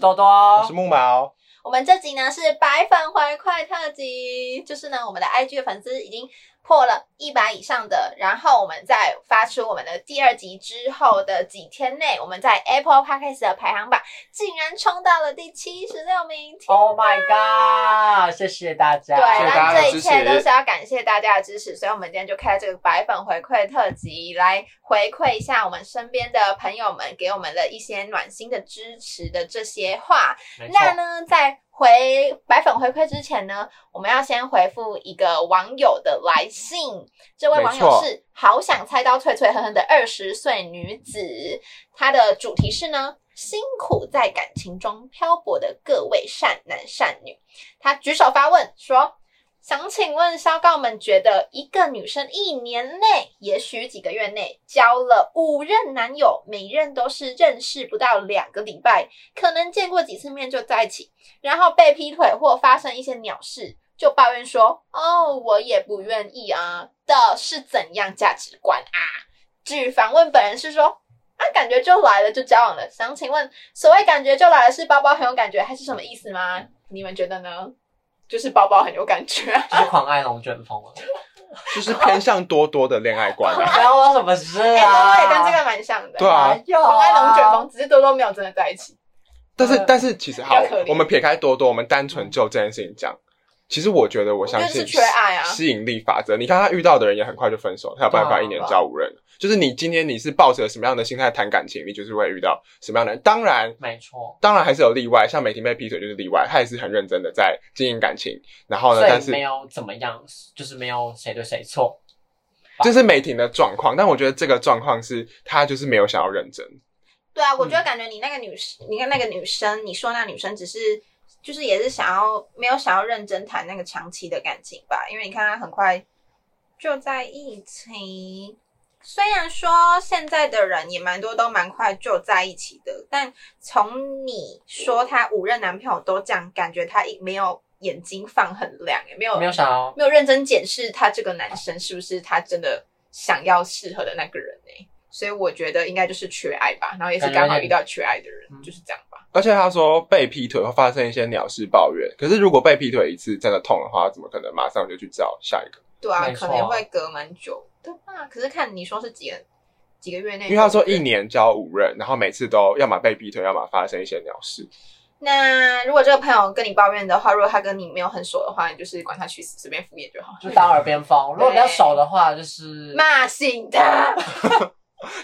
多多，我是木毛，我们这集呢是白粉回馈特辑，就是呢我们的 IG 的粉丝已经破了一百以上的，然后我们在发出我们的第二集之后的几天内，我们在 Apple Podcast 的排行榜竟然冲到了第七十六名。天 Oh my god！谢谢大家，对，谢大那家的这一支切持都是要感谢大家的支持，所以我们今天就开这个白粉回馈特辑，来回馈一下我们身边的朋友们给我们的一些暖心的支持的这些话。没错那哦呢，在回白粉回馈之前呢，我们要先回复一个网友的来信。这位网没友错是好想猜到脆脆哼哼的二十岁女子，她的主题是呢。辛苦在感情中漂泊的各位善男善女，她举手发问说：“想请问烧告们，觉得一个女生一年内，也许几个月内交了五任男友，每任都是认识不到两个礼拜，可能见过几次面就在一起，然后被劈腿或发生一些鸟事，就抱怨说：“哦，我也不愿意啊。”的是怎样价值观啊？据访问本人是说。啊，感觉就来了，就交往了。想请问，所谓感觉就来了，是包包很有感觉，还是什么意思吗？你们觉得呢？就是包包很有感觉啊、就是狂爱龙卷风了， 就是偏向多多的恋爱 观啊。关我什么事哎、啊？多多也跟这个蛮像的。对啊哎呦，狂爱龙卷风，只是多多没有真的在一起。但是呃但是其实好比较可怜，我们撇开多多，我们单纯就这件事情讲，其实我觉得我我觉相得信是缺爱啊吸引力法则。你看他遇到的人也很快就分手，他有办对啊法一年交五任。就是你今天你是抱着什么样的心态谈感情，你就是会遇到什么样的人。当然，没错，当然还是有例外，像美婷被劈腿就是例外，她也是很认真的在经营感情。然后呢，所但以是没有怎么样，就是没有谁对谁错。这是美婷的状况，但我觉得这个状况是她就是没有想要认真。对啊，我觉得感觉你那个女生，你跟那个女生，你说那女生只是就是也是想要没有想要认真谈那个长期的感情吧，因为你看她很快就在一起。虽然说现在的人也蛮多都蛮快就在一起的，但从你说她五任男朋友都这样，感觉她一没有眼睛放很亮，也没有没有想要，没有认真检视他这个男生是不是他真的想要适合的那个人呢、所以我觉得应该就是缺爱吧，然后也是刚好遇到缺爱的人嗯，就是这样吧。而且她说被劈腿会发生一些鸟事抱怨，可是如果被劈腿一次真的痛的话，怎么可能马上就去找下一个？对啊，没错可啊能会隔蛮久的吧。可是看你说是几个几个月内，因为她说一。年交五任，然后每次都要么被劈腿，要么发生一些鸟事。那如果这个朋友跟你抱怨的话，如果他跟你没有很熟的话，你就是管他去死，随便敷衍就好。就当耳边风。如果比较熟的话，就是骂醒他，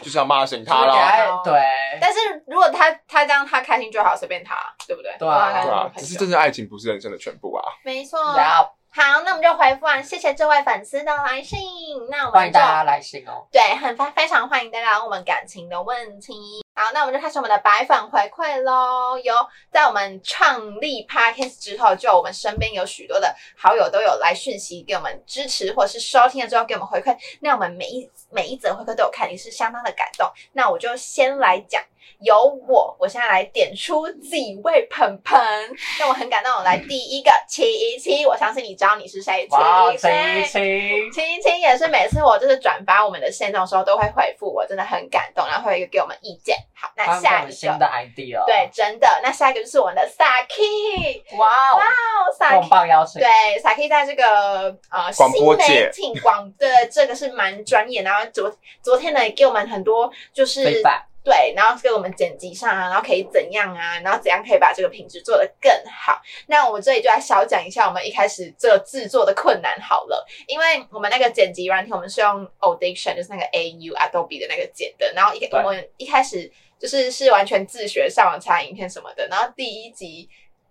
就是要骂就醒是她给啦。哦他对，但是如果他他这样他开心就好，随便他，对不对？对啊让对他啊，开只心就是这是爱情，不是人生的全部啊！好没错。然后好，那我们就回复完，谢谢这位粉丝的来信。那我欢们迎就大家来信哦。对，很非非常欢迎大家来问我们感情的问题。好，那我们就开始我们的白粉回馈喽。有在我们创立 podcast 之后，就我们身边有许多的好友都有来讯息给我们支持，或者是收听了之后给我们回馈。那我们每一每一则回馈都有看，也是相当的感动。那我就先来讲，由我，我现在来点出几位盆盆，让我很感动。来第一个七一七，我相信你知道你是谁，哇，七七陈一清，青青也是每次我就是转发我们的线动的时候，都会回复我，真的很感动，然后会有一个给我们意见。好，那他们给我下们一新个，的哦 ID 了。对，，真的，那下一个就是我们的 Saki，哇哦，哦重，Saki。磅邀请对。，Saki 在这个呃新广播界媒体广的这个是蛮专业，然后昨昨天呢也给我们很多就是对吧？对，然后给我们剪辑上啊，然后可以怎样啊，然后怎样可以把这个品质做得更好。那我们这里就来小讲一下我们一开始这个制作的困难好了，因为我们那个剪辑软体我们是用 Audition，就是那个 A U Adobe 的那个剪的，然后一对我们一开始就是是完全自学上网查影片什么的，然后第一集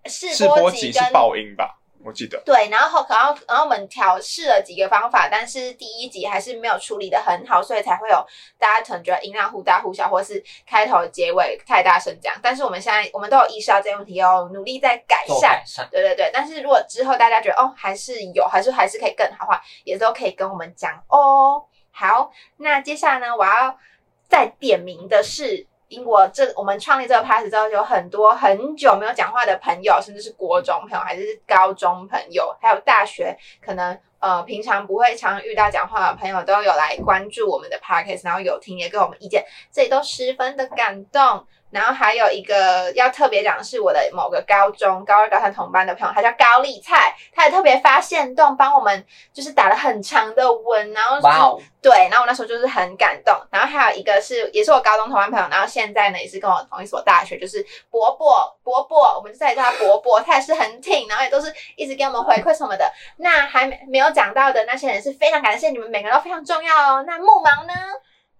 试试播集集跟是爆音吧？我记得。对，然后然后然后我们调试了几个方法，但是第一集还是没有处理的很好，所以才会有大家可能觉得音量忽大忽小，或是开头结尾太大声这样。但是我们现在我们都有意识到这个问题，有努力在改做善改。善，对对对，但是如果之后大家觉得哦还是有，还是还是可以更好的话，也都可以跟我们讲哦。好，那接下来呢，我要再点名的是，因我这我们创立这个 p a s 之后，有很多很久没有讲话的朋友，甚至是国中朋友，还是高中朋友，还有大学可能呃平常不会常遇到讲话的朋友，都有来关注我们的 podcast，然后有听也给我们意见，这也都十分的感动。然后还有一个要特别讲的是我的某个高中高二、高三同班的朋友，他叫高丽菜，他也特别发现动帮我们就是打了很长的文，然后就是哇哦，对，然后我那时候就是很感动。然后还有一个是，也是我高中同班朋友，然后现在呢也是跟我同一所大学，就是伯伯伯伯，我们就在叫他伯伯，他也是很挺，然后也都是一直给我们回馈什么的。那还没没有讲到的那些人是非常感谢你们，每个人都非常重要哦。那木盲呢？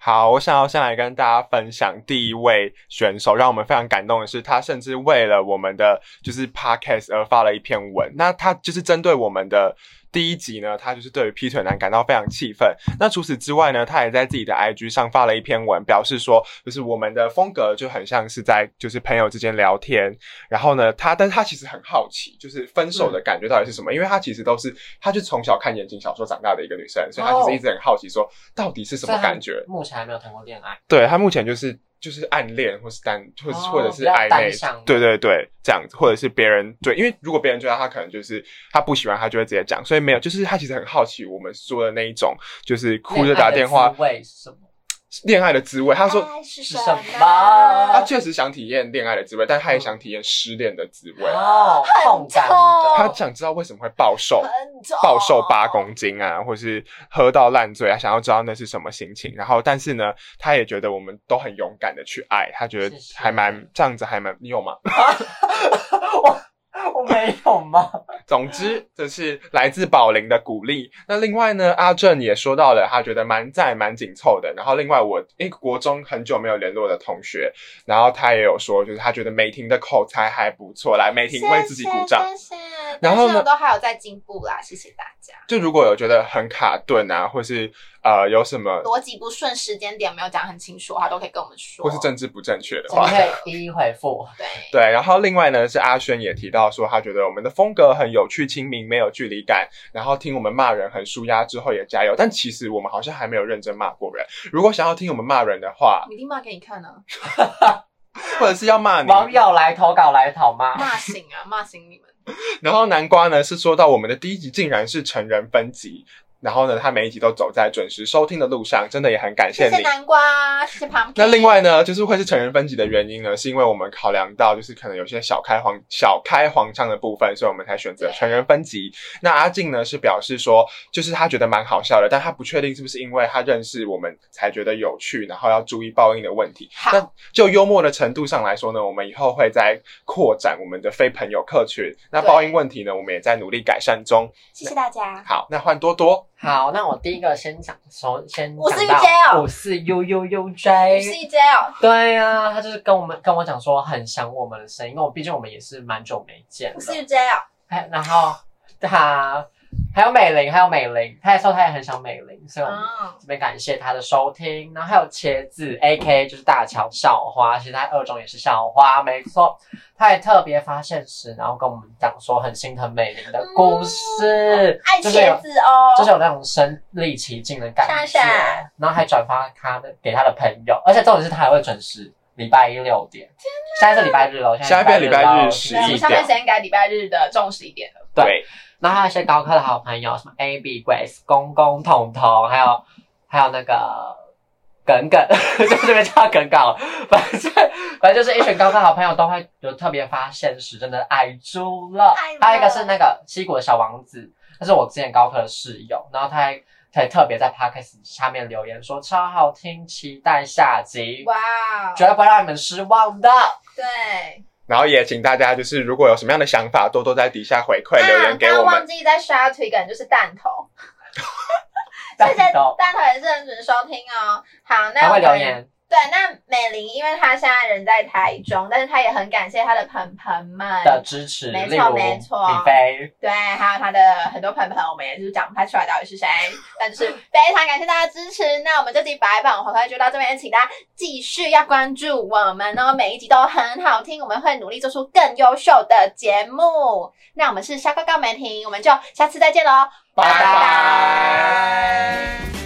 好，我想要先来跟大家分享第一位选手，让我们非常感动的是，他甚至为了我们的就是 podcast 而发了一篇文。那他就是针对我们的第一集呢，他就是对于劈腿男感到非常气愤。那除此之外呢，他也在自己的 IG 上发了一篇文，表示说，就是我们的风格就很像是在就是朋友之间聊天。然后呢，他但是他其实很好奇，就是分手的感觉到底是什么，因为他其实都是他就从小看言情小说长大的一个女生，所以他其实一直很好奇说，到底是什么感觉。目前还没有谈过恋爱，对他目前就是就是暗恋，或是单，或是、哦或者是比较暧单昧向，对对对，这样子，或者是别人对，因为如果别人追他，他可能就是他不喜欢，他就会直接讲，所以没有，就是他其实很好奇我们说的那一种，就是哭着打电恋爱的话滋味哦是什么？恋爱的滋味。他说爱是是什什么么他确实想体验恋爱的滋味，但他也想体验失恋的滋味。哦，痛感痛的，他想知道为什么会 暴瘦，很重暴瘦八公斤啊，或是喝到烂醉啊，想要知道那是什么心情。然后，但是呢，他也觉得我们都很勇敢的去爱，他觉得是是还蛮这样子，还蛮你有吗？ 我没有吗？ 总之，这是来自宝林的鼓励。那另外呢，阿正也说到了，他觉得蛮赞、蛮紧凑的。然后另外我，因为国中很久没有联络的同学，然后他也有说，就是他觉得美婷的口才还不错，来，美婷为自己鼓掌。谢谢。谢谢然后呢但是我都还有在进步啦，谢谢大家。就如果有觉得很卡顿啊，或是呃有什么，逻辑不顺，时间点没有讲很清楚的话，都可以跟我们说。或是政治不正确的我话，们可以一一回复。对，对，然后另外呢是阿轩也提到说，他觉得我们的风格很有趣、亲民，没有距离感，然后听我们骂人很舒压，之后也加油。但其实我们好像还没有认真骂过人。如果想要听我们骂人的话，你立马给你看啊。或者是要骂你，网友来投稿来讨 骂，骂醒啊，骂醒你们！然后南瓜呢是说到我们的第一集竟然是成人分级，然后呢他每一集都走在准时收听的路上，真的也很感谢谢谢你。南瓜，谢谢 Pumpkin。 那另外呢，就是会是成人分级的原因呢，是因为我们考量到就是可能有些小开黄小开黄腔的部分，所以我们才选择成人分级。那阿静呢是表示说，就是他觉得蛮好笑的，但他不确定是不是因为他认识我们才觉得有趣，然后要注意报应的问题。好那就幽默的程度上来说呢，我们以后会再扩展我们的非朋友客群。那对报应问题呢，我们也在努力改善中。谢谢大家。好，那换多多。好，那我第一个先讲，首先我是讲到 UJ 哦我是 U U U 我 J，是 J 哦，对呀、他就是跟我们跟我讲说很想我们的声音，因为我毕竟我们也是蛮久没见我了。是 J 哦，哎，然后他还有美玲，还有美玲，他也说他也很想美玲，所以我们嗯，这边感谢他的收听。然后还有茄子，A K 就是大乔校花，其实他二中也是校花，没错。他也特别发现时，然后跟我们讲说很心疼美玲的故事，爱就是有茄子哦，就是有那种身临其境的感觉，闪闪然后还转发他的给他的朋友，而且重点是他还会准时礼拜一六点，现在是礼拜日喽，哦现在下一遍礼拜日喽11对，我们点上班时间改礼拜日的重视一点了。对，然后还有一些高科的好朋友，什么 A B Grace、公公、彤彤，还有还有那个耿 耿，就这边叫耿耿，反正反正就是一群高科好朋友都会有特别发现时，真的爱猪了爱了。还有一个是那个西谷的小王子，他是我之前高科的室友，然后他还他也特别在 podcast 下面留言说超好听，期待下集，哇，哦绝对不会让你们失望的。对，然后也请大家就是如果有什么样的想法，多多在底下回馈、留啊，言给刚刚我们忘。记在刷推梗，就是弹 头，谢谢大家都弹头也是很准收听哦。好，那还我会们留言。对，那美玲，因为她现在人在台中，但是她也很感谢她的朋朋们的支持，没错例如没错李飞，对，还有他的很多朋朋，我们也是讲不太出来到底是谁，但就是非常感谢大家支持。那我们这集白板回馈就到这边，请大家继续要关注我们哦，每一集都很好听，我们会努力做出更优秀的节目。那我们是沙高高梅婷，我们就下次再见喽，拜拜拜拜